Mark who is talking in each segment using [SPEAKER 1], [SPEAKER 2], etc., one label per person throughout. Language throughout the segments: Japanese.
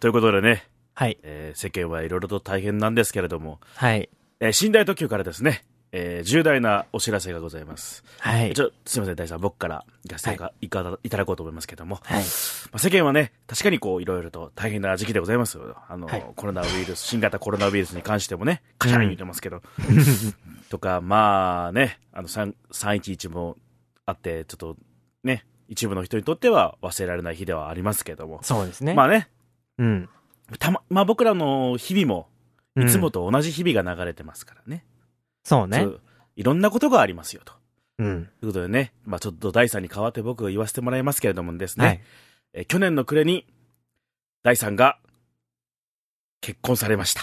[SPEAKER 1] ということでね、
[SPEAKER 2] はい。
[SPEAKER 1] えー世間はいろいろと大変なんですけれども、
[SPEAKER 2] はい。
[SPEAKER 1] えー寝台特急からですね、えー重大なお知らせがございます。
[SPEAKER 2] はい。
[SPEAKER 1] ちょすいません、大地さん、僕から行かせていかいただこうと思いますけども、
[SPEAKER 2] はい。
[SPEAKER 1] まあ、世間はね、確かにこう、いろいろと大変な時期でございますよ。あの、
[SPEAKER 2] はい
[SPEAKER 1] コロナウイルス、新型コロナウイルスに関してもね、カシャリ言ってますけ ど。とか、まあね、あの、3 311もあって、ちょっとね、一部の人にとっては忘れられない日ではありますけども。
[SPEAKER 2] そうですね。
[SPEAKER 1] まあね、
[SPEAKER 2] うん。
[SPEAKER 1] たま、まあ僕らの日々も、
[SPEAKER 2] うん
[SPEAKER 1] いつもと同じ日々が流れてますからね。
[SPEAKER 2] そうね
[SPEAKER 1] そ。ういろんなことがありますよと。
[SPEAKER 2] うん。
[SPEAKER 1] ということでね、まあちょっと第三に代わって僕が言わせてもらいますけれどもですね、
[SPEAKER 2] はい。
[SPEAKER 1] えー去年の暮れに、第3が、結婚されま した。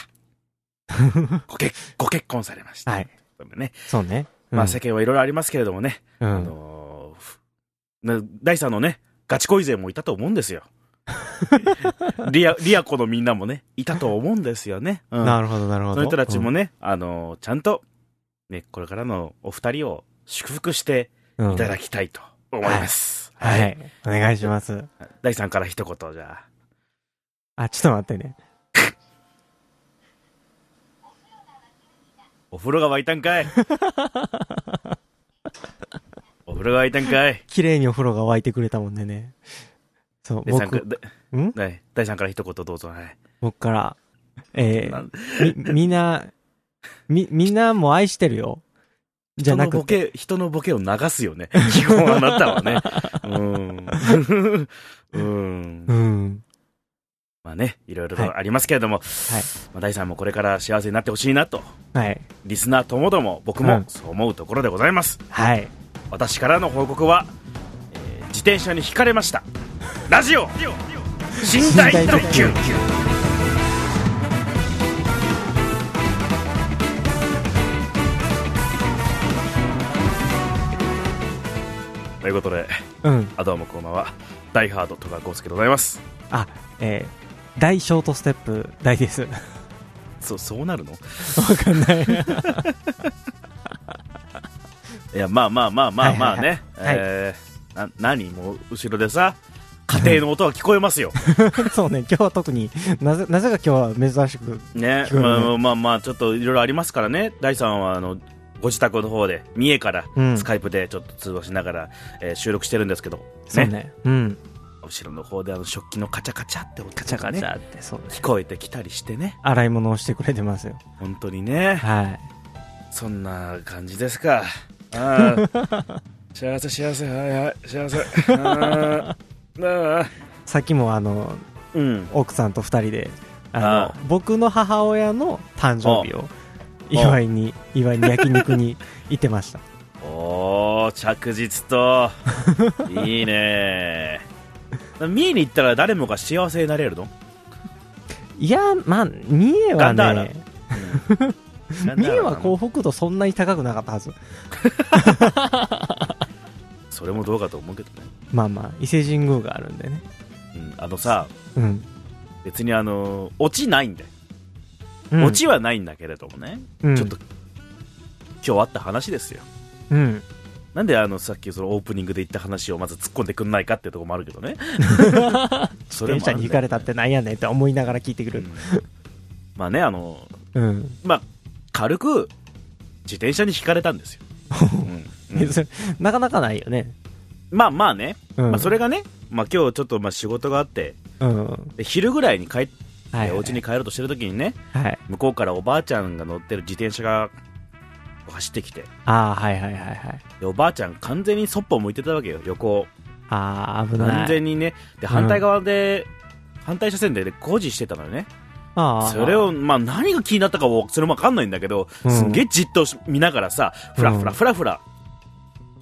[SPEAKER 1] ご結ご結婚されました。
[SPEAKER 2] はい。
[SPEAKER 1] ということでね、
[SPEAKER 2] そうね。うん
[SPEAKER 1] まあ世間はいろいろありますけれどもね、
[SPEAKER 2] う
[SPEAKER 1] あ
[SPEAKER 2] ん。
[SPEAKER 1] のーふな第3のね、ガチ恋勢もいたと思うんですよ。 リア、リア子のみんなもね、いたと思うんですよね。うん
[SPEAKER 2] なるほど、なるほど。
[SPEAKER 1] その人たちもね、あのーちゃんと、ね、これからのお二人を祝福して
[SPEAKER 2] うん、
[SPEAKER 1] い
[SPEAKER 2] い
[SPEAKER 1] ただきたいと思います。
[SPEAKER 2] はい。お願いします。
[SPEAKER 1] 第3から一言じゃあ。
[SPEAKER 2] あ、ちょっと待ってね。
[SPEAKER 1] お風呂が沸いたん かいお風呂が沸いたんかい
[SPEAKER 2] 綺麗にお風呂が沸いてくれたもんでね。そう、
[SPEAKER 1] 第三か
[SPEAKER 2] 僕、ん
[SPEAKER 1] だい第三から一言どうぞ。はい、
[SPEAKER 2] 僕から、え
[SPEAKER 1] な
[SPEAKER 2] ー、み、みんな、み、みんなも愛してるよ。じゃ
[SPEAKER 1] 人
[SPEAKER 2] な
[SPEAKER 1] の
[SPEAKER 2] く
[SPEAKER 1] ボ
[SPEAKER 2] て、
[SPEAKER 1] ケ、人のボケを流すよね。 基本あなたはね。うん。 うん
[SPEAKER 2] う。ん。
[SPEAKER 1] まあね、いろいろとありますけれども、まあ、第三もこれから幸せになってほしいなと、
[SPEAKER 2] はい。
[SPEAKER 1] リスナーともども僕
[SPEAKER 2] う
[SPEAKER 1] も
[SPEAKER 2] ん
[SPEAKER 1] そう思うところでございます。
[SPEAKER 2] はい。
[SPEAKER 1] 私からの報告は、えー自転車にひかれました。ラジオ寝台特急ということで、
[SPEAKER 2] うん。
[SPEAKER 1] あどうもこんばんは。ダイハード戸川浩介でございます。
[SPEAKER 2] あ、えー、大ショートステップ、大です。わ
[SPEAKER 1] そ、そうなるの
[SPEAKER 2] かんない。
[SPEAKER 1] いや、まあまあまあまあまあね。
[SPEAKER 2] はいはいはい
[SPEAKER 1] えーな、何もう後ろでさ、家庭の音が聞こえます よ。
[SPEAKER 2] そうね、今日は特になぜ、なぜか今日は珍しく、
[SPEAKER 1] ね
[SPEAKER 2] 聞、こえるね
[SPEAKER 1] まあまあまあ、ちょっといろいろありますからね。第3は、あの、ご自宅の方で、三重から
[SPEAKER 2] うん、
[SPEAKER 1] スカイプでちょっと通話しながら、えー収録してるんですけど、
[SPEAKER 2] そうね、うん、
[SPEAKER 1] 後ろの方であの食器のカチャカチャって音がね、
[SPEAKER 2] ガチャガチャって、そうね、
[SPEAKER 1] 聞こえてきたりしてね。
[SPEAKER 2] 洗い物をしてくれてますよ。
[SPEAKER 1] 本当にね。
[SPEAKER 2] はい。
[SPEAKER 1] そんな感じですか。ああ。 幸せ幸せ、はいはい、幸せ。ああ。ああ。
[SPEAKER 2] さっきもあの、
[SPEAKER 1] うん。
[SPEAKER 2] 奥さんと二人で、あの、
[SPEAKER 1] ああ
[SPEAKER 2] 僕の母親の誕生日を、祝いに、祝いに焼肉に 行ってました。
[SPEAKER 1] おー、着実 と。いいね見に行ったら誰もが幸せになれるの
[SPEAKER 2] いや、まあ、三重
[SPEAKER 1] ガ
[SPEAKER 2] は
[SPEAKER 1] ンダーラ
[SPEAKER 2] ね、三重は幸北度そんなに高くなかったはず。
[SPEAKER 1] それもどうかと思うけどね。
[SPEAKER 2] まあまあ、伊勢神宮があるんでね。
[SPEAKER 1] うん、あのさ、
[SPEAKER 2] うん。
[SPEAKER 1] 別にあの、落ちないんだよ。
[SPEAKER 2] うん
[SPEAKER 1] 落ちはないんだけれどもね。
[SPEAKER 2] うん
[SPEAKER 1] ちょっと、今日あった話ですよ。
[SPEAKER 2] うん。
[SPEAKER 1] なんであの、さっきそのオープニングで言った話をまず突っ込んでくんないかってとこもあるけど ね。そ
[SPEAKER 2] 電
[SPEAKER 1] もあ
[SPEAKER 2] 車
[SPEAKER 1] る
[SPEAKER 2] に
[SPEAKER 1] ね
[SPEAKER 2] 引かれたってなんやねんって思いながら聞いてく
[SPEAKER 1] う
[SPEAKER 2] る。
[SPEAKER 1] んまあね、あの、
[SPEAKER 2] うん。
[SPEAKER 1] まあ、軽く、自転車に引かれたん ですよ。うんう
[SPEAKER 2] え
[SPEAKER 1] ん
[SPEAKER 2] それ なかなかないよね。
[SPEAKER 1] まあまあね、
[SPEAKER 2] うん
[SPEAKER 1] まあそれがね、まあ今日ちょっとまあ仕事があって、
[SPEAKER 2] うん。
[SPEAKER 1] で昼ぐらいに帰って、
[SPEAKER 2] はい。
[SPEAKER 1] お家に。帰ろうとしてる時にね、
[SPEAKER 2] はい。
[SPEAKER 1] 向こうからおばあちゃんが乗ってる自転車が走ってきて、
[SPEAKER 2] ああ、はいはいはいはい。
[SPEAKER 1] でおばあちゃん完全にそっぽ向いてたわけよ、横を。
[SPEAKER 2] ああ、危ない。
[SPEAKER 1] 完全にね。で、反対側で、反対車線で、ね、工事してたのよね。
[SPEAKER 2] ああ。
[SPEAKER 1] それを、まあ何が気になったかはそれもわかんないんだけど、
[SPEAKER 2] うん
[SPEAKER 1] すんげえじっとし見ながらさ、ふらふら
[SPEAKER 2] うん
[SPEAKER 1] ふらふら、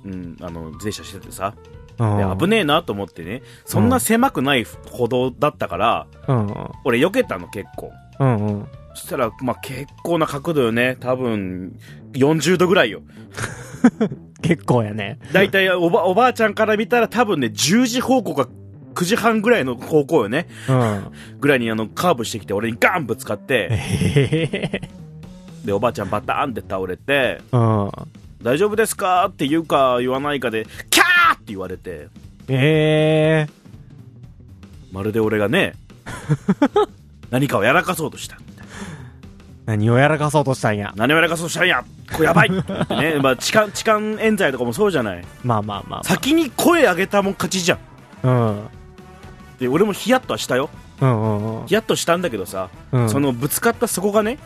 [SPEAKER 1] うん、あの、自転車しててさ、
[SPEAKER 2] うん、
[SPEAKER 1] で危ねえなと思ってね、そんな狭くない歩道だったから、
[SPEAKER 2] うん。
[SPEAKER 1] 俺避けたの結構。
[SPEAKER 2] うんうん。
[SPEAKER 1] そしたら、まあ結構な角度よね。多分、40度ぐらいよ。
[SPEAKER 2] 結構やね。
[SPEAKER 1] だいたいおば、おばあちゃんから見たら多分ね、10時方向か9時半ぐらいの方向よね。
[SPEAKER 2] うん。
[SPEAKER 1] ぐらいにあの、カーブしてきて、俺にガンぶつかって、
[SPEAKER 2] へえ。
[SPEAKER 1] で、おばあちゃんバターンって倒れて、
[SPEAKER 2] うん。
[SPEAKER 1] 大丈夫ですかって言うか言わないかで、キャーって言われて、
[SPEAKER 2] ええ
[SPEAKER 1] まるで俺がね、何かをやらかそうとした。
[SPEAKER 2] 何をやらかそうとしたんや。
[SPEAKER 1] 何をやらかそうとしたんやこれやばいね、まあ、痴漢、痴漢冤罪とかもそうじゃない。
[SPEAKER 2] まあまあま
[SPEAKER 1] 先に声上げたもん勝ちじゃん。
[SPEAKER 2] あ。うん。
[SPEAKER 1] で、俺もヒヤッとはしたよ。
[SPEAKER 2] うんうんうん
[SPEAKER 1] ヒヤッとしたんだけどさ、
[SPEAKER 2] うん。
[SPEAKER 1] そのぶつかったそこがね、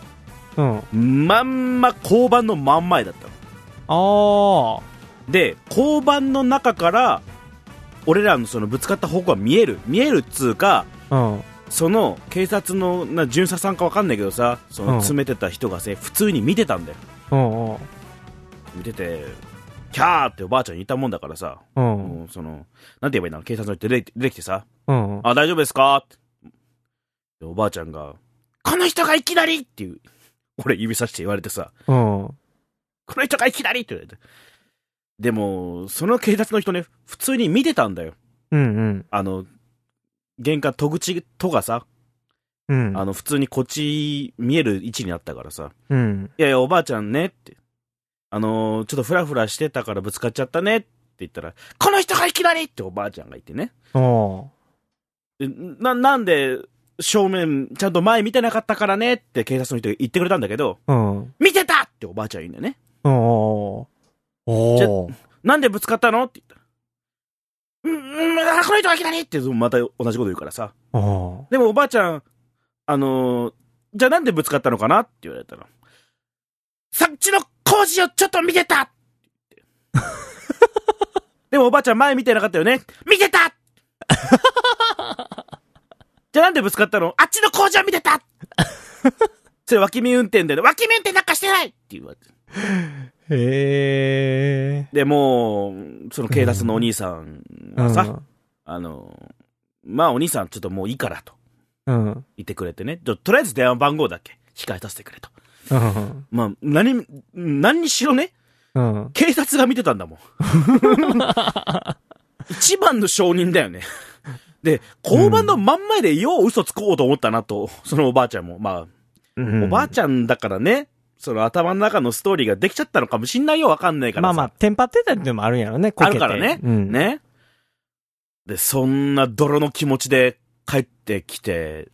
[SPEAKER 2] うん。あ
[SPEAKER 1] まんま交番の真ん前だったの。
[SPEAKER 2] あ。
[SPEAKER 1] で交番の中から俺らのそのぶつかった方向は見える見えるっつうか
[SPEAKER 2] うん。
[SPEAKER 1] その警察のな巡査さんかわかんないけどさそうの
[SPEAKER 2] ん
[SPEAKER 1] 詰めてた人がね普通に見てたんだよ
[SPEAKER 2] うんうん。
[SPEAKER 1] 見ててキャーっておばあちゃんいたもんだからさ、
[SPEAKER 2] う。
[SPEAKER 1] うんんそのなんて言えばいいの警察の人出て出てきてさ
[SPEAKER 2] うん
[SPEAKER 1] 「あ大丈夫ですか?」ってでおばあちゃんが「この人がいきなり!」っていう俺指さして言われてさ
[SPEAKER 2] うん。
[SPEAKER 1] 「この人がいきなり!」って言われてでもその警察の人ね普通に見てたんだよ
[SPEAKER 2] うんうん。
[SPEAKER 1] あの、玄関戸口とがさ、
[SPEAKER 2] うん。
[SPEAKER 1] あの、普通にこっち見える位置になったからさ、
[SPEAKER 2] うん。
[SPEAKER 1] いやいや、おばあちゃんねって、あのーちょっとフラフラしてたからぶつかっちゃったねって言ったら、この人がいきなりっておばあちゃんがいてね。
[SPEAKER 2] お
[SPEAKER 1] でな、なんで、正面、ちゃんと前見てなかったからねって警察の人が言ってくれたんだけど、
[SPEAKER 2] うん。うん。
[SPEAKER 1] 見てたっておばあちゃん言うんだよね。
[SPEAKER 2] おお
[SPEAKER 1] なんでぶつかったのって言ったら、うん、うん、あこの人がいきなりってまた同じこと言うからさ。
[SPEAKER 2] お
[SPEAKER 1] でもおばあちゃん、あのーじゃあなんでぶつかったのかなって言われたら、さっちの工事をちょっと見てたって 言ってでもおばあちゃん前見てなかったよね見てた じゃあなんでぶつかったのあっちの工事を見てた それ脇見運転で、ね、脇見運転なんかしてないって言われて。
[SPEAKER 2] へえ。
[SPEAKER 1] で、もう、その警察のお兄さんはさ、あのーまあお兄さんちょっともういいからと。
[SPEAKER 2] うん。
[SPEAKER 1] いてくれてね。じゃとりあえず電話番号だけ控えさせてくれと。
[SPEAKER 2] うん。
[SPEAKER 1] まあ、何、何にしろね、
[SPEAKER 2] うん。
[SPEAKER 1] 警察が見てたん だもん。一番の証人だよね。で、交番の真ん前でよう嘘つこうと思ったなと、そのおばあちゃんも。まあ、おばあちゃんだからね、その頭の中のストーリーができちゃったのかもしんないよ、わかんないから
[SPEAKER 2] まあ
[SPEAKER 1] さ。
[SPEAKER 2] まあ、テンパってたっていうのもあるんやろね、こ
[SPEAKER 1] あ
[SPEAKER 2] け
[SPEAKER 1] る
[SPEAKER 2] て
[SPEAKER 1] からね。
[SPEAKER 2] うん。。
[SPEAKER 1] ね。で、そんな泥の気持ちで帰ってきて、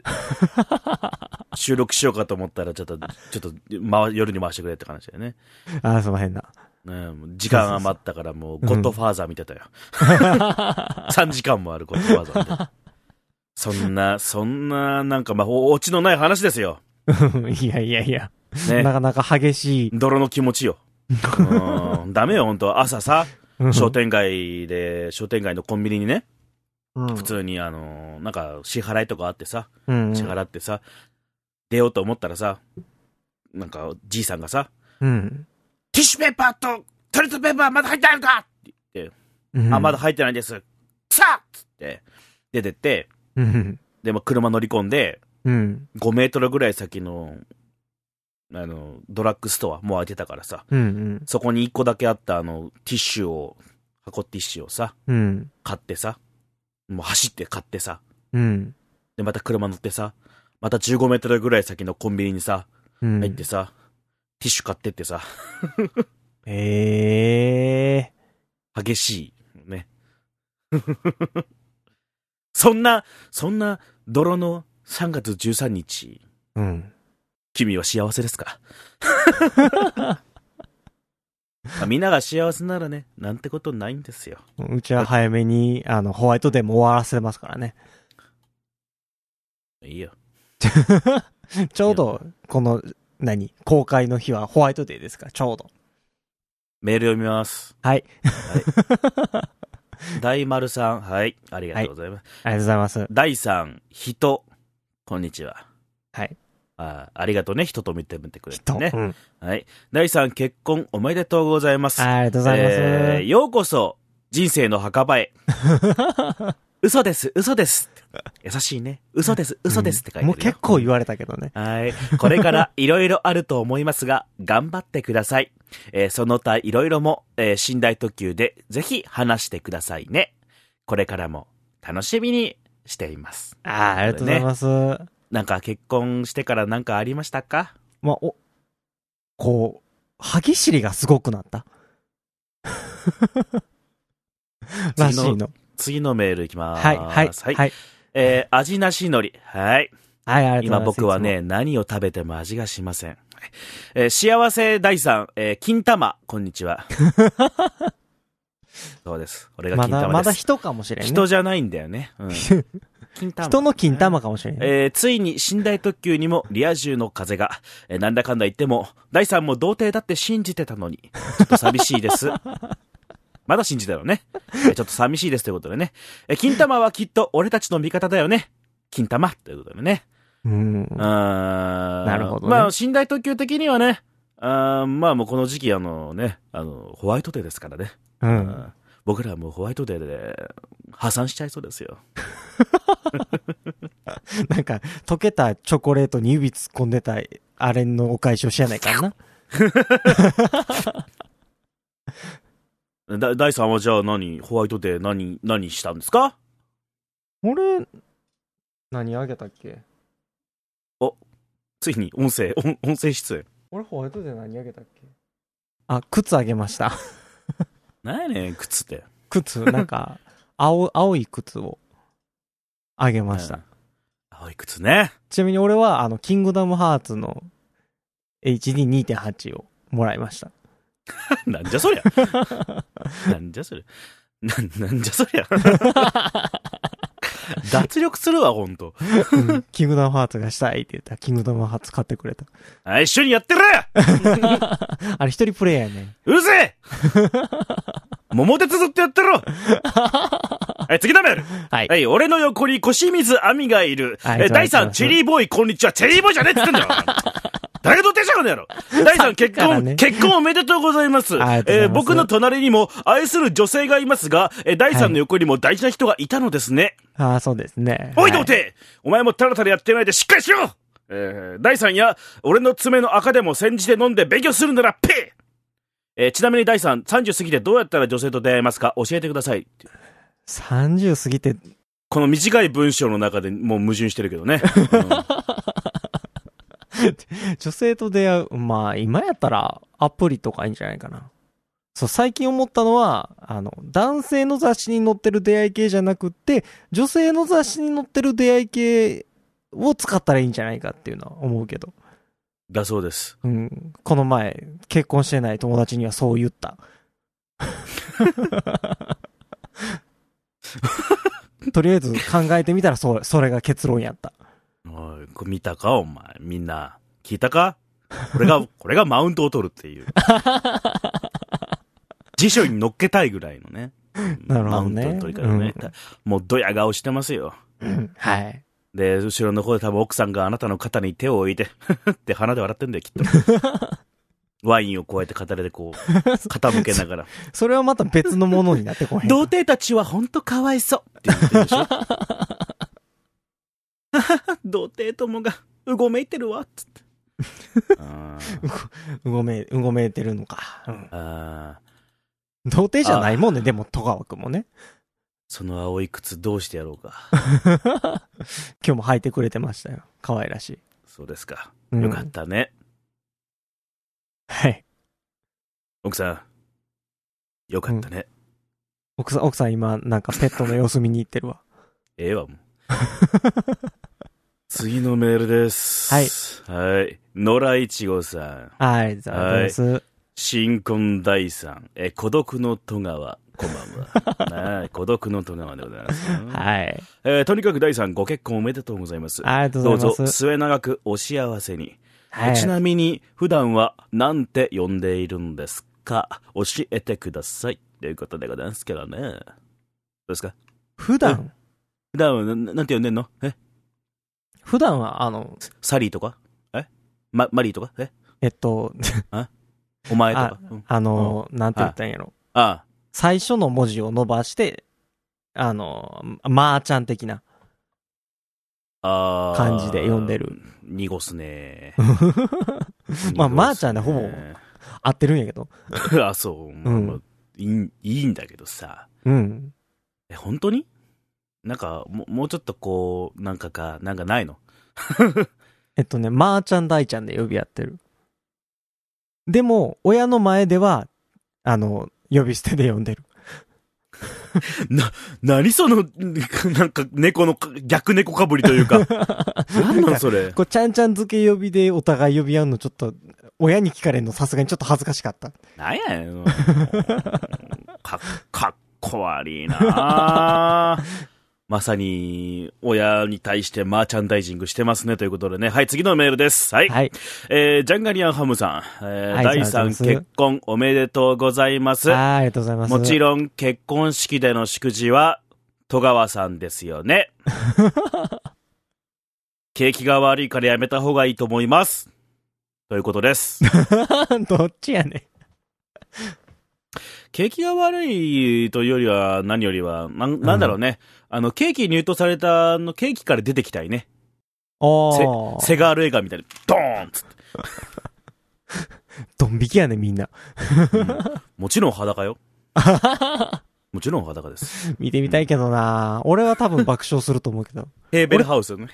[SPEAKER 1] 収録しようかと思ったら、ちょっと、ちょっと、ま、夜に回してくれって話だよね。
[SPEAKER 2] ああ、その辺だ。
[SPEAKER 1] ねもう時間余ったからもう、ゴッドファーザー見てたよ。3時間もあるゴッドファーザー見てた。そんな、そんな、なんか、まあ、おオチのない話ですよ。
[SPEAKER 2] いやいやいや。
[SPEAKER 1] ね
[SPEAKER 2] な。かなか激しい。
[SPEAKER 1] 泥の気持ちよ。うんダメよ、本当朝さ、商店街で、商店街のコンビニにね、
[SPEAKER 2] うん
[SPEAKER 1] 普通にあのーなんか支払いとかあってさ
[SPEAKER 2] うん。
[SPEAKER 1] 支払ってさ、出ようと思ったらさなんかじいさんがさ
[SPEAKER 2] うん。
[SPEAKER 1] 「ティッシュペーパーとトイレットペーパーまだ入ってあるか!」って言って「
[SPEAKER 2] うん
[SPEAKER 1] あまだ。入ってないです」さっつって出てって
[SPEAKER 2] うん。
[SPEAKER 1] でも車乗り込んで
[SPEAKER 2] うん。
[SPEAKER 1] 5メートルぐらい先のあのドラッグストアもう開いてたからさ
[SPEAKER 2] うん。
[SPEAKER 1] そこに1個だけあったあのティッシュを箱ティッシュをさ
[SPEAKER 2] うん。
[SPEAKER 1] 買ってさもう走って買ってさ
[SPEAKER 2] うん。
[SPEAKER 1] で、また車乗ってさ、また15メートルぐらい先のコンビニにさ、
[SPEAKER 2] うん。
[SPEAKER 1] 入ってさ、ティッシュ買ってってさ、
[SPEAKER 2] ええ。
[SPEAKER 1] 激しい。ね。 そんな、そんな、泥の3月13日、
[SPEAKER 2] うん。
[SPEAKER 1] 君は幸せですか まあみんなが幸せならね、なんてことないんですよ。
[SPEAKER 2] うちは早めに、あの、ホワイトデーも終わらせてますからね。
[SPEAKER 1] いいよ。
[SPEAKER 2] ちょうど、この、何公開の日はホワイトデーですから、ちょうど。
[SPEAKER 1] メール読みます。
[SPEAKER 2] はい。
[SPEAKER 1] 大丸さん、はい。ありがとうございます。
[SPEAKER 2] ありがとうございます。
[SPEAKER 1] 第3、人。こんにちは。
[SPEAKER 2] はい。
[SPEAKER 1] あありがとうね。人と見てみてくれて
[SPEAKER 2] 人。
[SPEAKER 1] ね
[SPEAKER 2] う。ん
[SPEAKER 1] はい。第3、結婚おめでとうございます。
[SPEAKER 2] ありがとうございます。
[SPEAKER 1] えーようこそ、人生の墓場へ。 嘘です、嘘です。優しいね。嘘です、嘘ですって書いてるよ、
[SPEAKER 2] もう結構言われたけどね。
[SPEAKER 1] はい。これからいろいろあると思いますが、頑張ってください。えーその他いろいろも、えー寝台特急でぜひ話してくださいね。これからも楽しみにしています。
[SPEAKER 2] あーありがとうございます。
[SPEAKER 1] なんか結婚してからなんかありましたか
[SPEAKER 2] まあ、お、こう、歯ぎしりがすごく なった。らしいの。
[SPEAKER 1] 次のメールいきます。
[SPEAKER 2] はい、はい、はい。
[SPEAKER 1] えー味なし海苔。はい。
[SPEAKER 2] はい、ありが
[SPEAKER 1] 今
[SPEAKER 2] とう
[SPEAKER 1] 僕
[SPEAKER 2] ございます。
[SPEAKER 1] はいね、何を食べても味がしません。えー幸せ第三、えー金玉、こんにち は。そうです。俺
[SPEAKER 2] つ
[SPEAKER 1] が
[SPEAKER 2] も、
[SPEAKER 1] 金
[SPEAKER 2] ま
[SPEAKER 1] 玉で
[SPEAKER 2] だ、
[SPEAKER 1] す。
[SPEAKER 2] まだ人かもしれん、ね。
[SPEAKER 1] 人じゃないんだよね。 うん、金玉
[SPEAKER 2] 人の金玉かもしれん、ね。
[SPEAKER 1] えーついに寝台特急にもリア充の風が、えーなんだかんだ言っても、第三も童貞だって信じてたのに、ちょっと寂しいです。 まだ信じたのね。えーちょっと寂しいですということでね。えー金玉はきっと俺たちの味方だよね。金玉ということでね。
[SPEAKER 2] うん。
[SPEAKER 1] な
[SPEAKER 2] なるほどね
[SPEAKER 1] まあ、寝台特急的にはね、あーまあもうこの時期あのね、あの、ホワイトデーですからね。
[SPEAKER 2] う。
[SPEAKER 1] うんん僕らはもうホワイトデーで破産しちゃいそうですよ。
[SPEAKER 2] なんか、溶けたチョコレートに指突っ込んでた、あれのお返しをしやないからな。
[SPEAKER 1] だ第3はじゃあ何ホワイトデー何何したんですか
[SPEAKER 2] 俺、何あげたっけ
[SPEAKER 1] ついに音声音音声出演
[SPEAKER 2] 俺ホワイトで何あげたっけあ、靴あげま した。
[SPEAKER 1] 何やねん靴って
[SPEAKER 2] 靴、なんか、青、青い靴をあげました。
[SPEAKER 1] うん青い靴ね
[SPEAKER 2] ちなみに俺は、あの、キングダムハーツの HD2.8 をもらいました。
[SPEAKER 1] なんじゃ そりゃなんじゃそりゃなんなんじゃそりゃ 脱力するわほんと
[SPEAKER 2] うんキングダムハーツがしたいって言ったら、キングダムハーツ買ってくれた。
[SPEAKER 1] あ一緒にやってる
[SPEAKER 2] あれ一人プレイヤーやね。
[SPEAKER 1] うるせ え桃鉄ずっとやって ろはい次だめ
[SPEAKER 2] はい。
[SPEAKER 1] はい、俺の横に腰水亜美がいる。
[SPEAKER 2] はい
[SPEAKER 1] え、第
[SPEAKER 2] そう
[SPEAKER 1] 3、
[SPEAKER 2] です
[SPEAKER 1] チェリーボーイ、こんにちは。チェリーボーイじゃねえって言ってんだ よ。誰がどってしゃんのやろ。第
[SPEAKER 2] さっ
[SPEAKER 1] 3、
[SPEAKER 2] き
[SPEAKER 1] 結
[SPEAKER 2] から
[SPEAKER 1] 婚、
[SPEAKER 2] ね
[SPEAKER 1] 結婚おめでとうございます。
[SPEAKER 2] ありがとうござ
[SPEAKER 1] え
[SPEAKER 2] います
[SPEAKER 1] ー僕の隣にも愛する女性がいますが、えー、第3の横にも大事な人がいたのですね。
[SPEAKER 2] ああ、そうですね。
[SPEAKER 1] おい、
[SPEAKER 2] は
[SPEAKER 1] 童貞お前もたらたらやってないでしっかりしろえー、第3や、俺の爪の赤でも煎じて飲んで勉強するなら、ペえーちなみに第3、30過ぎてどうやったら女性と出会えますか教えてください。
[SPEAKER 2] 30過ぎて、
[SPEAKER 1] この短い文章の中でもう矛盾してるけどね。
[SPEAKER 2] 女性と出会う、まあ、今やったらアプリとかいいんじゃないかな。そう、最近思ったのは、あの、男性の雑誌に載ってる出会い系じゃなくって、女性の雑誌に載ってる出会い系を使ったらいいんじゃないかっていうのは思うけど。
[SPEAKER 1] だそうです。
[SPEAKER 2] うん。この前、結婚してない友達にはそう言った。とりあえず考えてみたら、そう、それが結論やった。
[SPEAKER 1] おい、これ見たかお前。みんな。聞いたかこれが、 これがマウントを取るっていう。辞書に乗っけたいぐらいのね。
[SPEAKER 2] なるほど
[SPEAKER 1] マ
[SPEAKER 2] ね
[SPEAKER 1] ウントの取り方ね。もうドヤ顔してますよ。
[SPEAKER 2] うん。はい。
[SPEAKER 1] で、後ろの方で多分奥さんがあなたの肩に手を置いて、 ふふって鼻で笑ってんだよ、きっと。 ワインをこうやって片手でこう、傾けながら。
[SPEAKER 2] それはまた別のものになってこへん。
[SPEAKER 1] 童貞たちはほんとかわいそうって言ってるでしょ 童貞ともがうごめいてるわっつって あー
[SPEAKER 2] うごめ、うごめいてるのか。うん。
[SPEAKER 1] あー
[SPEAKER 2] 童貞じゃないもんね、でも、戸川くんもね。
[SPEAKER 1] その青い靴どうしてやろうか
[SPEAKER 2] 今日も履いてくれてましたよ。可愛らしい。
[SPEAKER 1] そうですか
[SPEAKER 2] うん
[SPEAKER 1] よかったね、
[SPEAKER 2] はい。
[SPEAKER 1] 奥さんよかったね、
[SPEAKER 2] 奥さん、奥さん今、なんかペットの様子見に行ってる わ。
[SPEAKER 1] ええわもう次のメールですはいはい野良一号さん
[SPEAKER 2] はい、ありがとうございます。
[SPEAKER 1] 新婚第三え孤独の戸川こんばん はなあ孤独の戸川でござい ますよ
[SPEAKER 2] はい。
[SPEAKER 1] えーとにかく第3ご結婚おめでとうございます。
[SPEAKER 2] ありがとう
[SPEAKER 1] ど
[SPEAKER 2] ご
[SPEAKER 1] う
[SPEAKER 2] ざい
[SPEAKER 1] ぞ
[SPEAKER 2] ます。
[SPEAKER 1] 末永くお幸せに。
[SPEAKER 2] はい。
[SPEAKER 1] ちなみに普段はなんて呼んでいるんですか教えてください。ということでございますけどね。どうですか
[SPEAKER 2] 普段、
[SPEAKER 1] 普段はなななんて呼んでんのえ
[SPEAKER 2] 普段は、あの、
[SPEAKER 1] サリーとかえママリーとかえ
[SPEAKER 2] えっと、
[SPEAKER 1] お前とかうん
[SPEAKER 2] あの、なんて言ったんやろ。
[SPEAKER 1] ああ
[SPEAKER 2] 最初の文字を伸ばして、あの、まーちゃん的な。
[SPEAKER 1] あー
[SPEAKER 2] 感じで呼んでる。
[SPEAKER 1] 濁すね。
[SPEAKER 2] まあ、ま
[SPEAKER 1] 濁
[SPEAKER 2] ーち
[SPEAKER 1] す
[SPEAKER 2] ゃん
[SPEAKER 1] ね
[SPEAKER 2] でほぼ合ってるんやけど。
[SPEAKER 1] あ、そう。まあまあいいいいんだけどさ。
[SPEAKER 2] うん。
[SPEAKER 1] え、本当になんかも、もうちょっとこう、なんかか、なんかないの
[SPEAKER 2] えっとね、まーちゃん大ちゃんで呼び合ってる。でも、親の前では、あの、呼び捨てで呼んでる。
[SPEAKER 1] な、何その、 なんか猫のか、逆猫かぶりという か。なんなんそれ。
[SPEAKER 2] こう、ちゃんちゃん付け呼びでお互い呼び合うのちょっと、親に聞かれるのさすがにちょっと恥ずかしかった。
[SPEAKER 1] なんやねん。もうか、かっこ悪いな あまさに、親に対してマーチャンダイジングしてますねということでね。はい、次のメールです。はい。
[SPEAKER 2] はい。
[SPEAKER 1] えージャンガリアンハムさん。えー
[SPEAKER 2] はい
[SPEAKER 1] 第
[SPEAKER 2] ありが
[SPEAKER 1] 3
[SPEAKER 2] とうございます
[SPEAKER 1] 結婚おめでとうございます。
[SPEAKER 2] あーありがとうございます。
[SPEAKER 1] もちろん結婚式での祝辞は戸川さんですよね。景気が悪いからやめた方がいいと思います。ということです。
[SPEAKER 2] ん。 どっちやね
[SPEAKER 1] 景気が悪いというよりは何よりは、なんなんだろうね。あの、ケーキ入刀されたあのケーキから出てきたいね。
[SPEAKER 2] ん。おー。
[SPEAKER 1] セガール映画みたいに、ドーンっつって。
[SPEAKER 2] ドン引きやね、みんな。
[SPEAKER 1] もちろん裸よ。もちろん裸です。
[SPEAKER 2] 見てみたいけどな俺は多分爆笑すると思うけど。
[SPEAKER 1] ヘーベルハウスのね。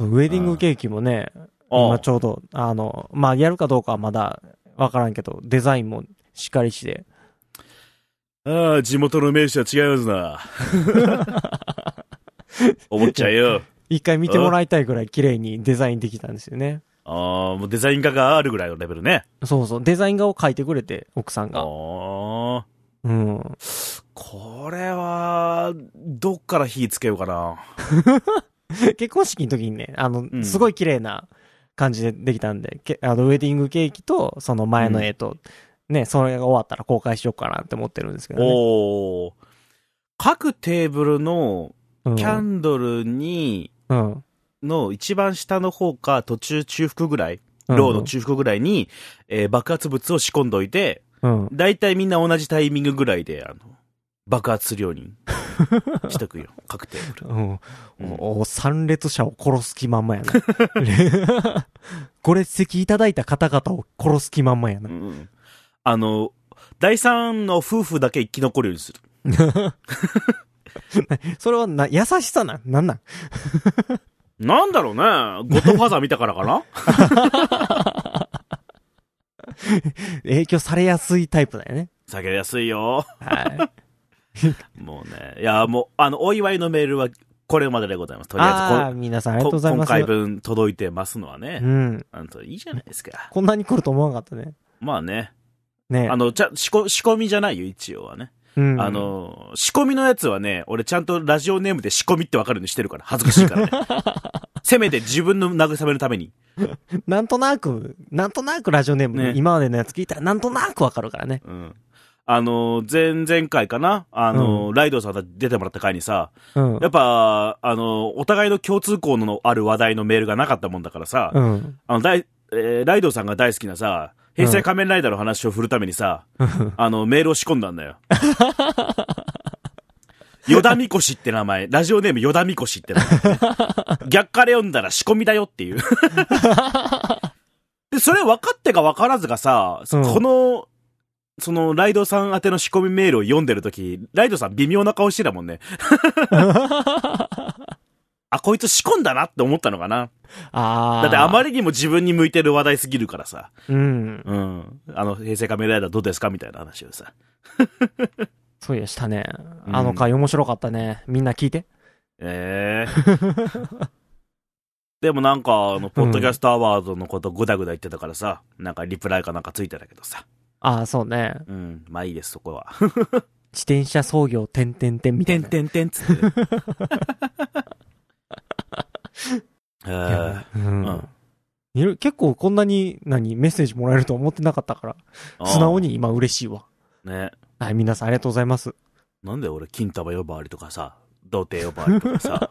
[SPEAKER 2] ウェディングケーキもね、
[SPEAKER 1] あ
[SPEAKER 2] 今
[SPEAKER 1] あ
[SPEAKER 2] ちょうど、あの、まあ、やるかどうかはまだわからんけど、デザインもしっかりして。
[SPEAKER 1] ああ、地元の名士は違いますな。思っちゃうよ。
[SPEAKER 2] 一回見てもらいたいぐらい綺麗にデザインできたんですよね。
[SPEAKER 1] ああ、もうデザイン画があるぐらいのレベルね。
[SPEAKER 2] そうそう、デザイン画を描いてくれて、奥さん
[SPEAKER 1] ああ
[SPEAKER 2] が。うん。
[SPEAKER 1] これは、どっから火つけようかな。
[SPEAKER 2] 結婚式の時にね、あの、
[SPEAKER 1] うん
[SPEAKER 2] すごい綺麗な感じでできたんで、けあのウェディングケーキと、その前の絵と、ね、それが終わったら公開しようかなって思ってるんですけどね。
[SPEAKER 1] おお。各テーブルの
[SPEAKER 2] うん、
[SPEAKER 1] キャンドルに、
[SPEAKER 2] うん。
[SPEAKER 1] の一番下の方か途中中腹ぐらい、ローの中腹ぐらいに、えー爆発物を仕込んどいて、
[SPEAKER 2] うん。
[SPEAKER 1] だいたいみんな同じタイミングぐらいで、あの、爆発するようにしとく よ。各テーブル。
[SPEAKER 2] うん。
[SPEAKER 1] うん
[SPEAKER 2] おお参列者を殺す気まんまやな。 ご列席いただいた方々を殺す気まんまやな。
[SPEAKER 1] うんあの、第三の夫婦だけ生き残るようにする。
[SPEAKER 2] それはな、優しさなんなんなん
[SPEAKER 1] なんだろうね。ゴッドファーザー見たから かな
[SPEAKER 2] 影響されやすいタイプだよね。
[SPEAKER 1] 下げやすいよ。
[SPEAKER 2] はい。
[SPEAKER 1] もうね。いや、もう、あの、お祝いのメールはこれまででございます。とり
[SPEAKER 2] あ
[SPEAKER 1] あ
[SPEAKER 2] あ、皆さんあ
[SPEAKER 1] えずこ
[SPEAKER 2] りが
[SPEAKER 1] と
[SPEAKER 2] うござい
[SPEAKER 1] 今
[SPEAKER 2] ます。
[SPEAKER 1] 回分届いてますのはね。
[SPEAKER 2] うん。
[SPEAKER 1] あのいいじゃないですか。
[SPEAKER 2] こんなに来ると思わなかったね。
[SPEAKER 1] まあね。
[SPEAKER 2] ね
[SPEAKER 1] あの、ちゃ、仕込仕込みじゃないよ、一応はね。
[SPEAKER 2] うん、
[SPEAKER 1] あ、の、仕込みのやつはね、俺ちゃんとラジオネームで仕込みってわかるようにしてるから、恥ずかしいからね。 せめて自分の慰めるために。
[SPEAKER 2] なんとなく、なんとなくラジオネーム、
[SPEAKER 1] ね
[SPEAKER 2] 今までのやつ聞いたらなんとなくわかるからね。
[SPEAKER 1] うん。あの、前々回かなあの、ライドさんが出てもらった回にさ、
[SPEAKER 2] うん
[SPEAKER 1] や。っぱ、あの、お互いの共通項のある話題のメールがなかったもんだからさ、
[SPEAKER 2] うん。
[SPEAKER 1] あの、大、えーライドさんが大好きなさ、平成仮面ライダーの話を振るためにさ、あの、メールを仕込んだんだよ。 よだみこしって名前、ラジオネームよだみこしって名前、逆から読んだら仕込みだよっていう。 で、それ分かってか分からずがさ、
[SPEAKER 2] うん
[SPEAKER 1] この、その、ライドさん宛ての仕込みメールを読んでるとき、ライドさん微妙な顔してたもん ね。あ、こいつ仕込んだなって思ったのかな。
[SPEAKER 2] ああ。
[SPEAKER 1] だってあま
[SPEAKER 2] り、
[SPEAKER 1] りにも自分に向いてる話題すぎるからさ。
[SPEAKER 2] うん。
[SPEAKER 1] うん。あの、平成仮面ライダーどうですかみたいな話をさ。
[SPEAKER 2] そうでしたね。
[SPEAKER 1] うん
[SPEAKER 2] あの回面白かったね。みんな聞い て。
[SPEAKER 1] ええでもなんか、あの、ポッドキャストアワードのことぐだぐだ言ってたからさ、なんかリプライかなんかついてたけどさ。
[SPEAKER 2] ああ、そうね。
[SPEAKER 1] うん。まあいいです、そこは。
[SPEAKER 2] 自転車操業、てんてんてんみた
[SPEAKER 1] て
[SPEAKER 2] い
[SPEAKER 1] ん
[SPEAKER 2] な。
[SPEAKER 1] てんてんつって。え
[SPEAKER 2] い
[SPEAKER 1] ー
[SPEAKER 2] やうん
[SPEAKER 1] うん
[SPEAKER 2] いろ結構こんなに、何、メッセージもらえるとは思ってなかったから、素直。に今嬉しいわ。
[SPEAKER 1] あーね。
[SPEAKER 2] はい、皆さんありがとうございます。
[SPEAKER 1] なんで俺、金玉呼ばわりとかさ、童貞呼ばわりとか さ。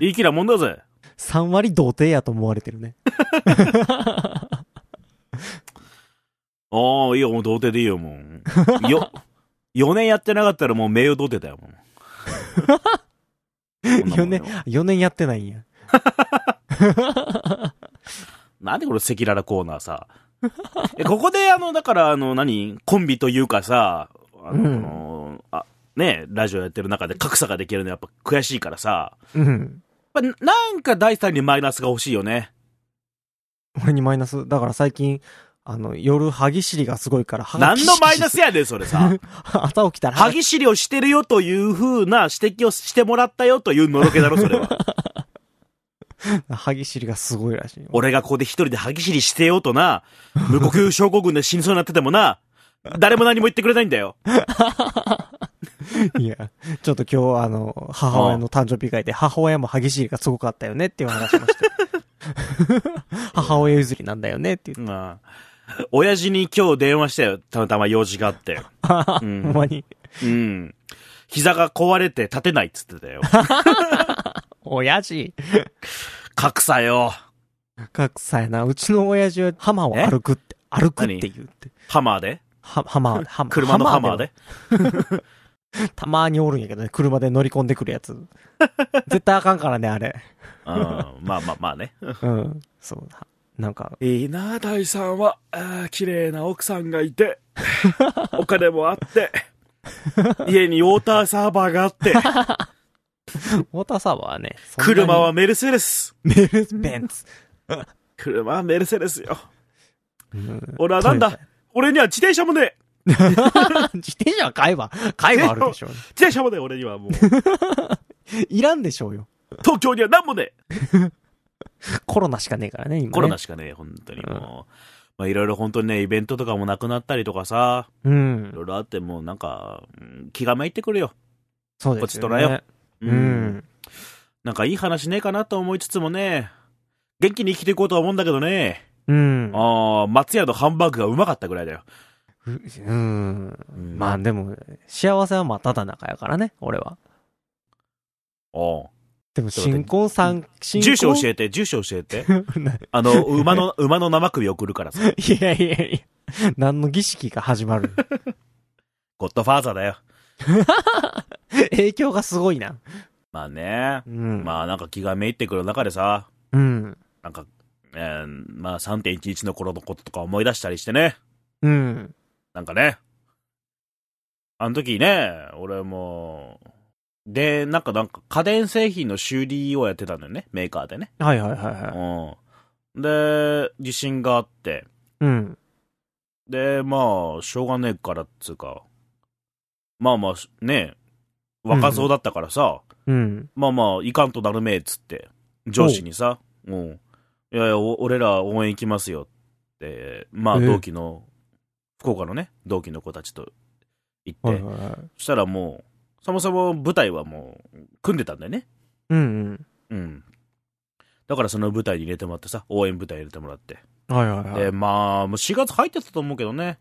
[SPEAKER 1] いい気なもんだぜ。
[SPEAKER 2] 3割童貞やと思われてるね。
[SPEAKER 1] ああ、いいよ、もう童貞でいいよ、もう。よ、4年やってなかったらもう名誉童貞だよ、 もう。そんなも
[SPEAKER 2] 4
[SPEAKER 1] んよ
[SPEAKER 2] 年、4年やってないんや。
[SPEAKER 1] なんでこれ赤裸々コーナーさ。え、ここで、あの、だから、あの、何コンビというかさ、あの、
[SPEAKER 2] うん
[SPEAKER 1] この、あ、ね、ラジオやってる中で格差ができるのやっぱ悔しいからさ、
[SPEAKER 2] うん。
[SPEAKER 1] やっぱなんか第三にマイナスが欲しいよね。
[SPEAKER 2] 俺にマイナス。だから最近、あの、夜、歯ぎしりがすごいから、歯が
[SPEAKER 1] 何のマイナ
[SPEAKER 2] ス
[SPEAKER 1] スやねん、それさ。
[SPEAKER 2] 朝起きたら、
[SPEAKER 1] 歯ぎしりをしてるよという風な指摘をしてもらったよというのろけだろ、それ は。
[SPEAKER 2] 歯ぎしりがすごいらしいよ。
[SPEAKER 1] 俺がここで一人で歯ぎしりしてようとな、無呼吸症候群で死にそうになっててもな、誰も何も言ってくれないんだよ。
[SPEAKER 2] いや、ちょっと今日、あの、母親の誕生日会で、母親も歯ぎしりがすごかったよねっていう話を して。母親譲りなんだよねって言って。
[SPEAKER 1] まあ、親父に今日電話したよ。たまたま用事があって。
[SPEAKER 2] あ
[SPEAKER 1] うん
[SPEAKER 2] ほんまに。
[SPEAKER 1] うん。膝が壊れて立てないっつってた よ。
[SPEAKER 2] 親父。
[SPEAKER 1] 格差よ。
[SPEAKER 2] 格差やな。うちの親父は浜を歩くって、歩くって言うって。
[SPEAKER 1] ハマーで
[SPEAKER 2] は、浜、浜。
[SPEAKER 1] 車のハマーで
[SPEAKER 2] たまにおるんやけどね、車で乗り込んでくる やつ。絶対あかんからね、あれ。
[SPEAKER 1] うん。まあまあまあね。
[SPEAKER 2] うん。そうだ。なんか、
[SPEAKER 1] いいなあ、大さんは。ああ綺麗な奥さんがい て、お金もあって、家にウォーターサーバーがあ って、
[SPEAKER 2] ウォーターサーバーはね、そんなに
[SPEAKER 1] 車はメルセデス。
[SPEAKER 2] メルスベ ンツ。
[SPEAKER 1] 車はメルセデスよ。
[SPEAKER 2] うん
[SPEAKER 1] 俺はなん
[SPEAKER 2] ト
[SPEAKER 1] だ
[SPEAKER 2] ヨ
[SPEAKER 1] 俺には自転車もねえ
[SPEAKER 2] タ自転車は買えば、買えばあるでしょうね。
[SPEAKER 1] 自転車もねえ俺にはもう。
[SPEAKER 2] いらんでしょうよ。
[SPEAKER 1] 東京には何もねえ
[SPEAKER 2] コロナしかねえからね、今、ね。
[SPEAKER 1] コロナしかねえ、本当にもう。まあいろいろ本当にね、イベントとかもなくなったりとかさ、
[SPEAKER 2] う
[SPEAKER 1] い
[SPEAKER 2] ん。
[SPEAKER 1] ろいろあってもうなんか、うん気がめいってくるよ。
[SPEAKER 2] そうですよ、ね。
[SPEAKER 1] こっちとらよ。
[SPEAKER 2] う。ん。
[SPEAKER 1] なんかいい話ねえかなと思いつつもね、元気に生きていこうとは思うんだけどね、
[SPEAKER 2] うん。
[SPEAKER 1] ああ、松屋のハンバーグがうまかったぐらいだよ。
[SPEAKER 2] うん。
[SPEAKER 1] うん
[SPEAKER 2] ま
[SPEAKER 1] あ
[SPEAKER 2] あでも、幸せはまあただ中やからね、俺は。
[SPEAKER 1] あ、
[SPEAKER 2] でも、新婚さん、新婚
[SPEAKER 1] 住所教えて、住所教え て。あの、馬の、馬の生首送るからさ。
[SPEAKER 2] いやいやいや。何の儀式が始ま る
[SPEAKER 1] ゴッドファーザーだよ。
[SPEAKER 2] 影響がすごいな。
[SPEAKER 1] まあね
[SPEAKER 2] う、ん。
[SPEAKER 1] まあなんか気がめいってくる中でさ、
[SPEAKER 2] うん。
[SPEAKER 1] なんか、えーまあ3.11の頃のこととか思い出したりしてね。
[SPEAKER 2] うん。
[SPEAKER 1] なんかね。あの時ね、俺も、で、なんか、なんか家電製品の修理をやってたんだよね、メーカーでね。
[SPEAKER 2] はいはいはいはい。
[SPEAKER 1] うん。で、地震があって、
[SPEAKER 2] うん。
[SPEAKER 1] で、まあ、しょうがねえからっつうか、まあまあ、ね、若そうだったからさ、
[SPEAKER 2] うん。
[SPEAKER 1] まあまあ、いかんとなるめえっつって、上司にさ、うん。いやいや、お俺ら応援行きますよって、まあ、
[SPEAKER 2] ええ
[SPEAKER 1] 同期の、福岡のね、同期の子たちと行って、
[SPEAKER 2] はいはいはい。
[SPEAKER 1] そしたらもう、そもそも舞台はもう、組んでたんだよね。
[SPEAKER 2] うん
[SPEAKER 1] うん。だからその舞台に入れてもらってさ、応援舞台入れてもらって。
[SPEAKER 2] うん。はいはいはい。
[SPEAKER 1] で、まあ、もう4月入ってたと思うけどね。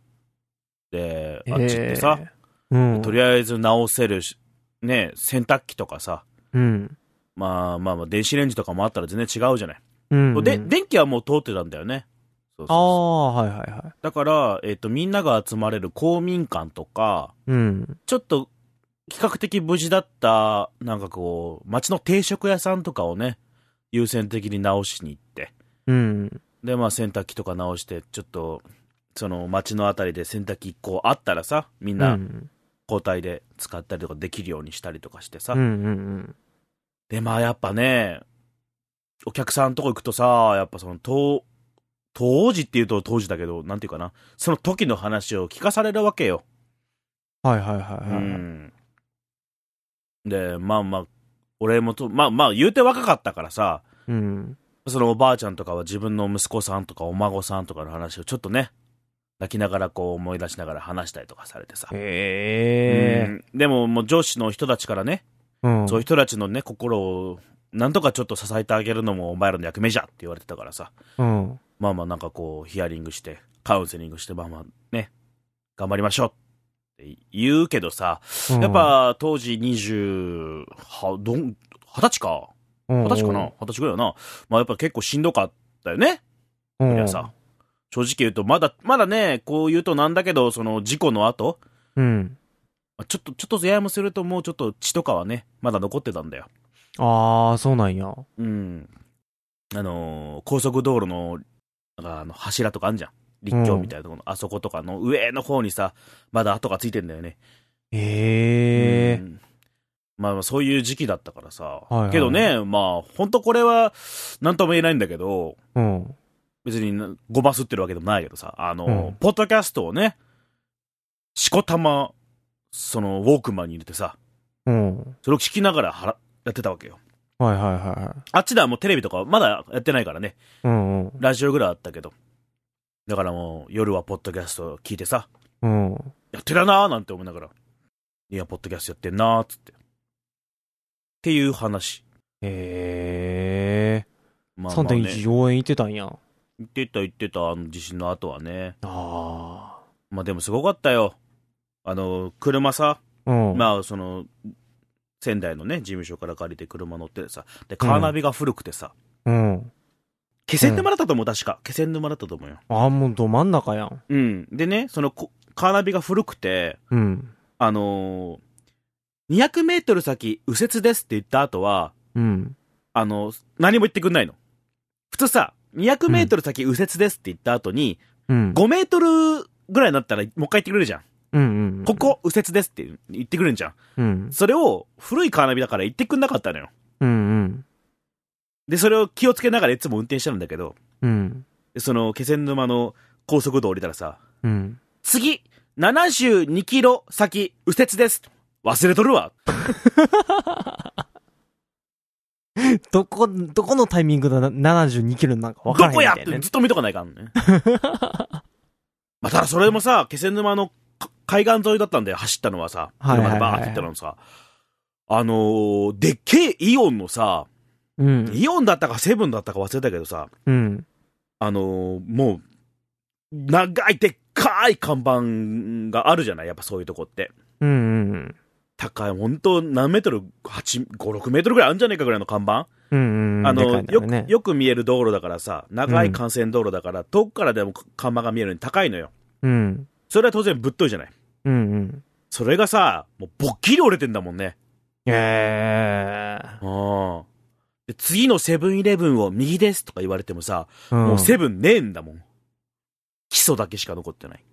[SPEAKER 1] で、あっち行ってさ、
[SPEAKER 2] えー、うん。
[SPEAKER 1] とりあえず直せるし、ね、洗濯機とかさ、
[SPEAKER 2] うん。
[SPEAKER 1] まあまあまあ、電子レンジとかもあったら全然違うじゃない。
[SPEAKER 2] うん、うん。
[SPEAKER 1] で、電気はもう通ってたんだよね。そうそう
[SPEAKER 2] あ
[SPEAKER 1] そう
[SPEAKER 2] あ、はいはいはい。
[SPEAKER 1] だから、えっ、と、みんなが集まれる公民館とか、
[SPEAKER 2] うん。
[SPEAKER 1] ちょっと、比較的無事だった、なんかこう、街の定食屋さんとかをね、優先的に直しに行って、
[SPEAKER 2] うん。
[SPEAKER 1] で、まあ洗濯機とか直して、ちょっと、その街のあたりで洗濯機こうあったらさ、みん
[SPEAKER 2] う。
[SPEAKER 1] なん交代で使ったりとかできるようにしたりとかしてさ。
[SPEAKER 2] うんうんうん。
[SPEAKER 1] で、まあやっぱね、お客さんとこ行くとさ、やっぱその当、当時って言うと当時だけど、なんていうかな、その時の話を聞かされるわけよ。
[SPEAKER 2] はいはいはいは
[SPEAKER 1] う
[SPEAKER 2] い。
[SPEAKER 1] んで、まあまあ、俺もと、まあまあ言うて若かったからさ、
[SPEAKER 2] うん。
[SPEAKER 1] そのおばあちゃんとかは自分の息子さんとかお孫さんとかの話をちょっとね、泣きながらこう思い出しながら話したりとかされてさ。
[SPEAKER 2] ええ
[SPEAKER 1] うんでももう上司の人たちからね、
[SPEAKER 2] うん。
[SPEAKER 1] そういう人たちのね、心をなんとかちょっと支えてあげるのもお前らの役目じゃって言われてたからさ。
[SPEAKER 2] うん。
[SPEAKER 1] まあまあなんかこうヒアリングして、カウンセリングして、まあまあね、頑張りましょうって言うけどさ、やっぱ当時20、は、どん、二十歳か
[SPEAKER 2] う
[SPEAKER 1] 二
[SPEAKER 2] ん、うん
[SPEAKER 1] 十歳かな二十歳ぐらいだな。まあやっぱ結構しんどかったよね。
[SPEAKER 2] うん。
[SPEAKER 1] いやさ、正直言うと、まだ、まだね、こう言うとなんだけど、その事故の後、
[SPEAKER 2] うん。
[SPEAKER 1] まあちょっと、ちょっとややもするともうちょっと血とかはね、まだ残ってたんだよ。
[SPEAKER 2] ああ、そうなんや。
[SPEAKER 1] うん。あのー高速道路の、なんかあの、柱とかあんじゃん。立教みたいなところの、あそことかの上の方にさ、まだ跡がついてんだよね。
[SPEAKER 2] ええ
[SPEAKER 1] うんまあまあ、そういう時期だったからさ。
[SPEAKER 2] いはい
[SPEAKER 1] けどね、まあ、ほんとこれは、なんとも言えないんだけど、
[SPEAKER 2] うん。
[SPEAKER 1] 別になごますってるわけでもないけどさ、あの、
[SPEAKER 2] うん
[SPEAKER 1] ポッドキャストをね、しこたま、その、ウォークマンに入れてさ、
[SPEAKER 2] うん。
[SPEAKER 1] それを聞きながらはらやってたわけよ。
[SPEAKER 2] はいはいはいはい。
[SPEAKER 1] あっちではもうテレビとかまだやってないからね、
[SPEAKER 2] うんうん。
[SPEAKER 1] ラジオぐらいあったけど。だからもう、夜はポッドキャスト聞いてさ、
[SPEAKER 2] うん。
[SPEAKER 1] やってらなーなんて思いながら、いや、ポッドキャストやってんなーっつって。っていう話。
[SPEAKER 2] へえ。
[SPEAKER 1] まあまあね、
[SPEAKER 2] 3.1応援行ってたんや。
[SPEAKER 1] 言ってた言ってた、あの地震の後はね。
[SPEAKER 2] あ
[SPEAKER 1] まあでもすごかったよ。あの、車さ、
[SPEAKER 2] あ。うん。
[SPEAKER 1] まあその、仙台のね、事務所から借りて車乗ってさ、で、カーナビが古くてさ、
[SPEAKER 2] うん。
[SPEAKER 1] 気仙沼だったと思う、確か。気仙沼だったと思うよ。
[SPEAKER 2] ああ、もうど真ん中やん。
[SPEAKER 1] うん。でね、そのこ、カーナビが古くて、
[SPEAKER 2] うん。
[SPEAKER 1] あのー200メートル先右折ですって言った後は、
[SPEAKER 2] うん。
[SPEAKER 1] あの、何も言ってくんないの。普通さ、200メートル先右折ですって言った後に、
[SPEAKER 2] うん。
[SPEAKER 1] 5メートルぐらいになったらもう一回言ってくれるじゃん。
[SPEAKER 2] うんうん。
[SPEAKER 1] ここ右折ですって言ってくれるじゃん。
[SPEAKER 2] うん。
[SPEAKER 1] それを古いカーナビだから言ってくんなかったのよ。
[SPEAKER 2] うん
[SPEAKER 1] で、それを気をつけながらいつも運転してるんだけど、
[SPEAKER 2] うん。うん。
[SPEAKER 1] でその気仙沼の高速道降りたらさ、
[SPEAKER 2] うん。
[SPEAKER 1] 次、72キロ先右折です。忘れとるわ。
[SPEAKER 2] どこ、どこのタイミングだな、72キロなんか
[SPEAKER 1] ど
[SPEAKER 2] わからへん
[SPEAKER 1] こ
[SPEAKER 2] み
[SPEAKER 1] や
[SPEAKER 2] た
[SPEAKER 1] っ
[SPEAKER 2] い
[SPEAKER 1] て
[SPEAKER 2] なね
[SPEAKER 1] ずっと見とかないかんね。 まあ、ただそれもさ、気仙沼のか海岸沿いだったんで走ったのはさ、
[SPEAKER 2] はいはい
[SPEAKER 1] 車
[SPEAKER 2] はい
[SPEAKER 1] でバーって行ったのさ、あのーでっけえイオンのさ、
[SPEAKER 2] うん。
[SPEAKER 1] イオンだったかセブンだったか忘れたけどさ、
[SPEAKER 2] うん。
[SPEAKER 1] あのーもう、長いでっかい看板があるじゃないやっぱそういうとこって。
[SPEAKER 2] うんうん。
[SPEAKER 1] 高い、本当何メートル ?8、5、6メートルぐらいあるんじゃねえかぐらいの看板、
[SPEAKER 2] うんうん。
[SPEAKER 1] あの、
[SPEAKER 2] でかい
[SPEAKER 1] よ
[SPEAKER 2] んだね
[SPEAKER 1] く、よく見える道路だからさ、長い幹線道路だから、遠くからでも看板が見えるのに高いのよ。
[SPEAKER 2] うん。
[SPEAKER 1] それは当然ぶっといじゃない。
[SPEAKER 2] うんうん。
[SPEAKER 1] それがさ、もうぼっきり折れてんだもんね。
[SPEAKER 2] え
[SPEAKER 1] うん。で次のセブンイレブンを右ですとか言われてもさ、
[SPEAKER 2] え。
[SPEAKER 1] も
[SPEAKER 2] も
[SPEAKER 1] うセブンねえんだもん。基礎だけしか残ってない。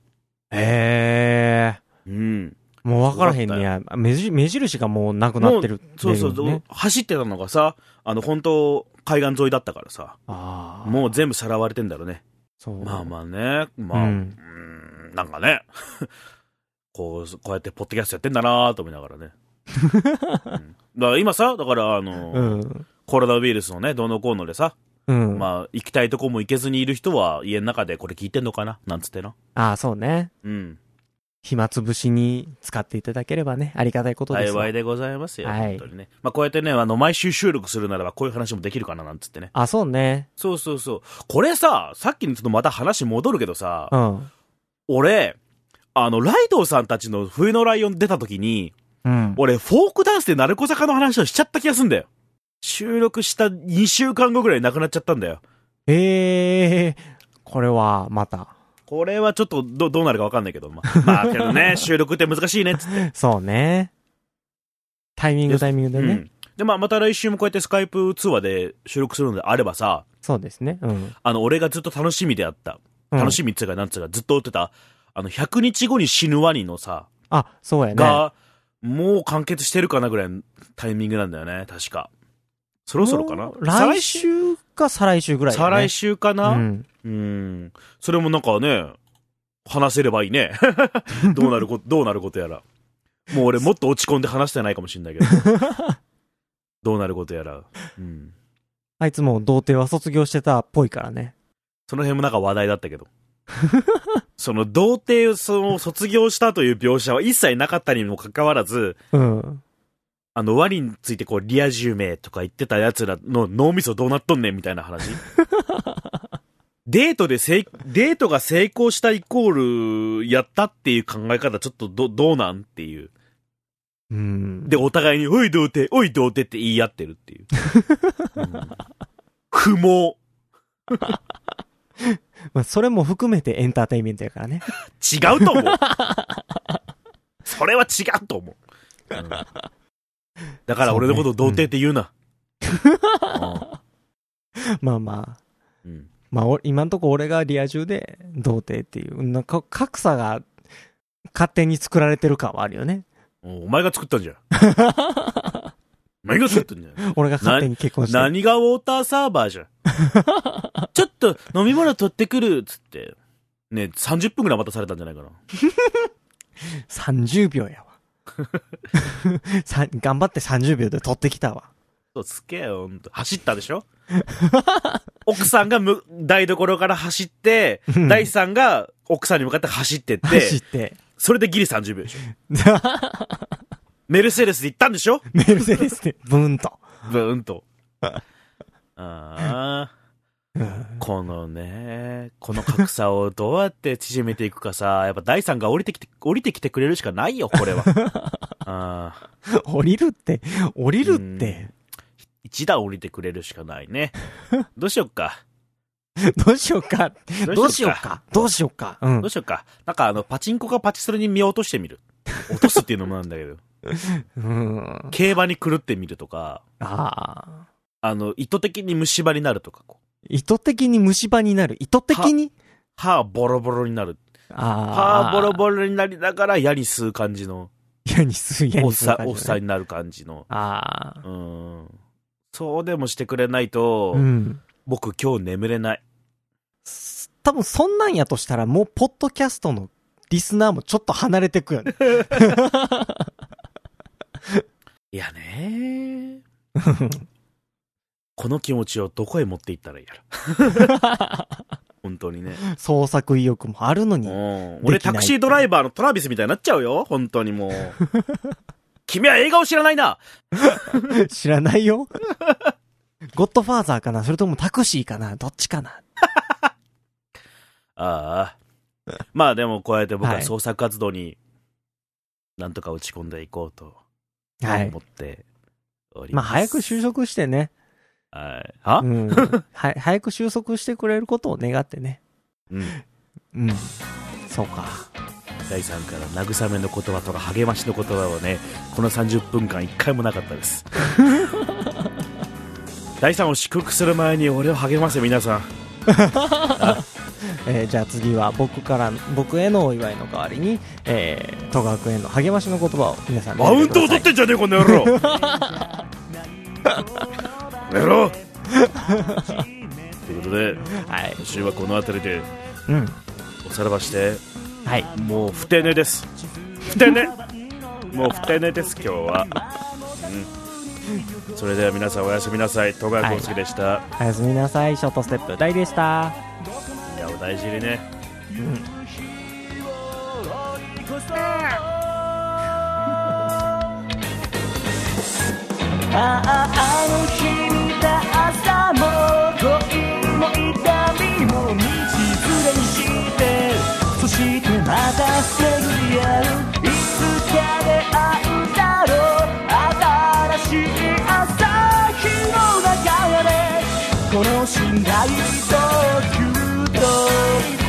[SPEAKER 2] ええ。
[SPEAKER 1] うん。
[SPEAKER 2] もう分からへんねや。目印目印がもうなくなってる。
[SPEAKER 1] そうそう
[SPEAKER 2] 出
[SPEAKER 1] そう、
[SPEAKER 2] るもんね
[SPEAKER 1] 走ってたのがさ、あの、本当海岸沿いだったからさ、
[SPEAKER 2] ああ。
[SPEAKER 1] もう全部さらわれてんだろうね。
[SPEAKER 2] そう。
[SPEAKER 1] まあまあね、まあ、う
[SPEAKER 2] うんん、
[SPEAKER 1] んなんかね、 こう、こうやってポッドキャストやってんだなーと思いながらね。うんだから今さ、だからあの、
[SPEAKER 2] うん。
[SPEAKER 1] コロナウイルスのね、どうのこうのでさ、
[SPEAKER 2] うん。
[SPEAKER 1] まあ、行きたいとこも行けずにいる人は、家の中でこれ聞いてんのかななんつってな。
[SPEAKER 2] ああ、そうね。
[SPEAKER 1] うん。
[SPEAKER 2] 暇つぶしに使っていただければね、ありがたいことですわ。
[SPEAKER 1] 幸いでございますよ、
[SPEAKER 2] はい
[SPEAKER 1] 本当にね。まあ、こうやってね、あの、毎週収録するならば、こういう話もできるかななんつってね。
[SPEAKER 2] あ、そうね。
[SPEAKER 1] そうそうそう。これさ、さっきにちょっとまた話戻るけどさ、
[SPEAKER 2] うん。
[SPEAKER 1] 俺、あの、ライドウさんたちの冬のライオン出た時に、
[SPEAKER 2] うん。
[SPEAKER 1] 俺、フォークダンスで鳴子坂の話をしちゃった気がすんだよ。収録した2週間後ぐらいなくなっちゃったんだよ。
[SPEAKER 2] ええこれは、また。
[SPEAKER 1] これはちょっとど、どうなるかわかんないけど、ま あ、まあ、けどね、収録って難しいねっつって。
[SPEAKER 2] そうね。タイミン
[SPEAKER 1] で
[SPEAKER 2] グタイミングで
[SPEAKER 1] う
[SPEAKER 2] ね。
[SPEAKER 1] ん。で、まあ、また来週もこうやってスカイプ通話で収録するのであればさ、
[SPEAKER 2] そうですね。うん。
[SPEAKER 1] あの、俺がずっと楽しみであった。
[SPEAKER 2] うん
[SPEAKER 1] 楽しみっつうか、なんつうか、ずっと追ってた、あの、100日後に死ぬワニのさ、
[SPEAKER 2] あ、そうやね。
[SPEAKER 1] が、もう完結してるかなぐらいのタイミングなんだよね、確か。そろそろかな
[SPEAKER 2] もう来週か再来週ぐらい、ね。
[SPEAKER 1] 再来週かな、
[SPEAKER 2] うん。
[SPEAKER 1] うん。それもなんかね、話せればいいね。 どうなること、 どうなることやら。もう俺もっと落ち込んで話してないかもしれないけ ど。どうなることやら。うん。
[SPEAKER 2] あいつもう童貞は卒業してたっぽいからね。
[SPEAKER 1] その辺もなんか話題だったけど。 その童貞をその卒業したという描写は一切なかったにもかかわらず、
[SPEAKER 2] うん。
[SPEAKER 1] あの、ワニについてこう、リア充名とか言ってた奴らの脳みそどうなっとんねんみたいな話。デートでせい、デートが成功したイコール、やったっていう考え方ちょっとど、どうなんっていう。
[SPEAKER 2] うん。
[SPEAKER 1] で、お互いに、おい童貞、おい童貞って言い合ってるっていう。うん不毛。
[SPEAKER 2] まあ、それも含めてエンターテインメントやからね。
[SPEAKER 1] 違うと思う。それは違うと思う。うんだから俺のことを童貞って言うな。
[SPEAKER 2] まあまあ。
[SPEAKER 1] うんうん
[SPEAKER 2] まあ、お今んとこ俺がリア充で童貞っていう、なんか格差が勝手に作られてる感はあるよね。
[SPEAKER 1] お前が作ったんじゃん。何がつってんだよ。
[SPEAKER 2] 俺が勝手に結婚して。
[SPEAKER 1] 何がウォーターサーバー じゃん。ちょっと飲み物取ってくるっつって。ね、30分ぐらい待たされたんじゃないかな。
[SPEAKER 2] 30秒 やわ。さ頑張って30秒で取ってきたわ。
[SPEAKER 1] そう、すげえよ、ほんと走ったでしょ 奥さんがむ台所から走って、
[SPEAKER 2] うん
[SPEAKER 1] 大地さんが奥さんに向かって走ってって、
[SPEAKER 2] 走って。
[SPEAKER 1] それでギリ30秒で しょ。メルセデスで行ったんでしょ
[SPEAKER 2] メルセデスで、ブーンと。
[SPEAKER 1] ブーンと。ああ、
[SPEAKER 2] うん
[SPEAKER 1] このね、この格差をどうやって縮めていくかさ、 やっぱ第三が降りてきて、降りてきてくれるしかないよ、これは。 ああ、
[SPEAKER 2] 降りるって、降りるって、
[SPEAKER 1] 一段降りてくれるしかない ね。どうしよっか。
[SPEAKER 2] どうしようか。どうしよう。か。どうしようか。うん
[SPEAKER 1] どう。しようか。なんかあの、パチンコかパチスロに見落としてみる。落とすっていうのもなんだけ ど。
[SPEAKER 2] うん。
[SPEAKER 1] 競馬に狂ってみるとか、
[SPEAKER 2] ああ。
[SPEAKER 1] あの、意図的に虫歯になるとか、こう
[SPEAKER 2] 意図的に虫歯になる。意図的に
[SPEAKER 1] 歯ボロボロになる。
[SPEAKER 2] ああ。
[SPEAKER 1] 歯ボロ
[SPEAKER 2] ロ。
[SPEAKER 1] ボロになりながら、やり吸う感じの、
[SPEAKER 2] 嫌にする、嫌
[SPEAKER 1] お
[SPEAKER 2] に
[SPEAKER 1] っ
[SPEAKER 2] する
[SPEAKER 1] さ
[SPEAKER 2] 感じだ
[SPEAKER 1] ん、
[SPEAKER 2] ね。
[SPEAKER 1] おっさんになる感じの。
[SPEAKER 2] ああ。
[SPEAKER 1] うん。そうでもしてくれないと、
[SPEAKER 2] うん。
[SPEAKER 1] 僕今日眠れない。
[SPEAKER 2] す多分そんなんやとしたら、もう、ポッドキャストのリスナーもちょっと離れてく よね。
[SPEAKER 1] いや ねこの気持ちをどこへ持っていったらいいやろ。 本当にね。
[SPEAKER 2] 創作意欲もあるの
[SPEAKER 1] う
[SPEAKER 2] に。
[SPEAKER 1] ん。
[SPEAKER 2] で
[SPEAKER 1] 俺
[SPEAKER 2] きない
[SPEAKER 1] タクシードライバーのトラビスみたいになっちゃうよ。本当に もう。君は映画を知らないな
[SPEAKER 2] 知らないよ。ゴッドファーザーかなそれともタクシーかなどっちかな
[SPEAKER 1] ああ。まあでもこうやって僕
[SPEAKER 2] は
[SPEAKER 1] はい創作活動に、なんとか打ち込んでいこうと
[SPEAKER 2] はい
[SPEAKER 1] 思。っており
[SPEAKER 2] ま
[SPEAKER 1] ま
[SPEAKER 2] あ、
[SPEAKER 1] す。
[SPEAKER 2] 早く収束してね。
[SPEAKER 1] はい。は
[SPEAKER 2] うん。は、早く収束してくれることを願ってね。
[SPEAKER 1] うん。
[SPEAKER 2] うん。そうか。
[SPEAKER 1] 第3から慰めの言葉とか励ましの言葉はねこの30分間一回もなかったです 第3を祝福する前に俺を励ませ皆 さん
[SPEAKER 2] えーじゃあ次は僕から、僕へのお祝いの代わりに、えー、戸川君への励ましの言葉を皆さんに
[SPEAKER 1] マウントを取ってんじゃねえこ の野郎やろということで
[SPEAKER 2] はい。
[SPEAKER 1] 今週はこの辺りで
[SPEAKER 2] うん。
[SPEAKER 1] おさらばして
[SPEAKER 2] はい。
[SPEAKER 1] もう不定ねです不定ねもう不定ねです今日は、うん、それでは皆さんおやすみなさい戸川浩介でした、
[SPEAKER 2] おやすみなさい。ショートステップ、大でした。
[SPEAKER 1] いやお大事にね
[SPEAKER 3] あああの日見た朝も恋も痛みも道連れにしてそしてまた巡り合ういつか出会うだろう新しい朝日の中でこの信頼ときっと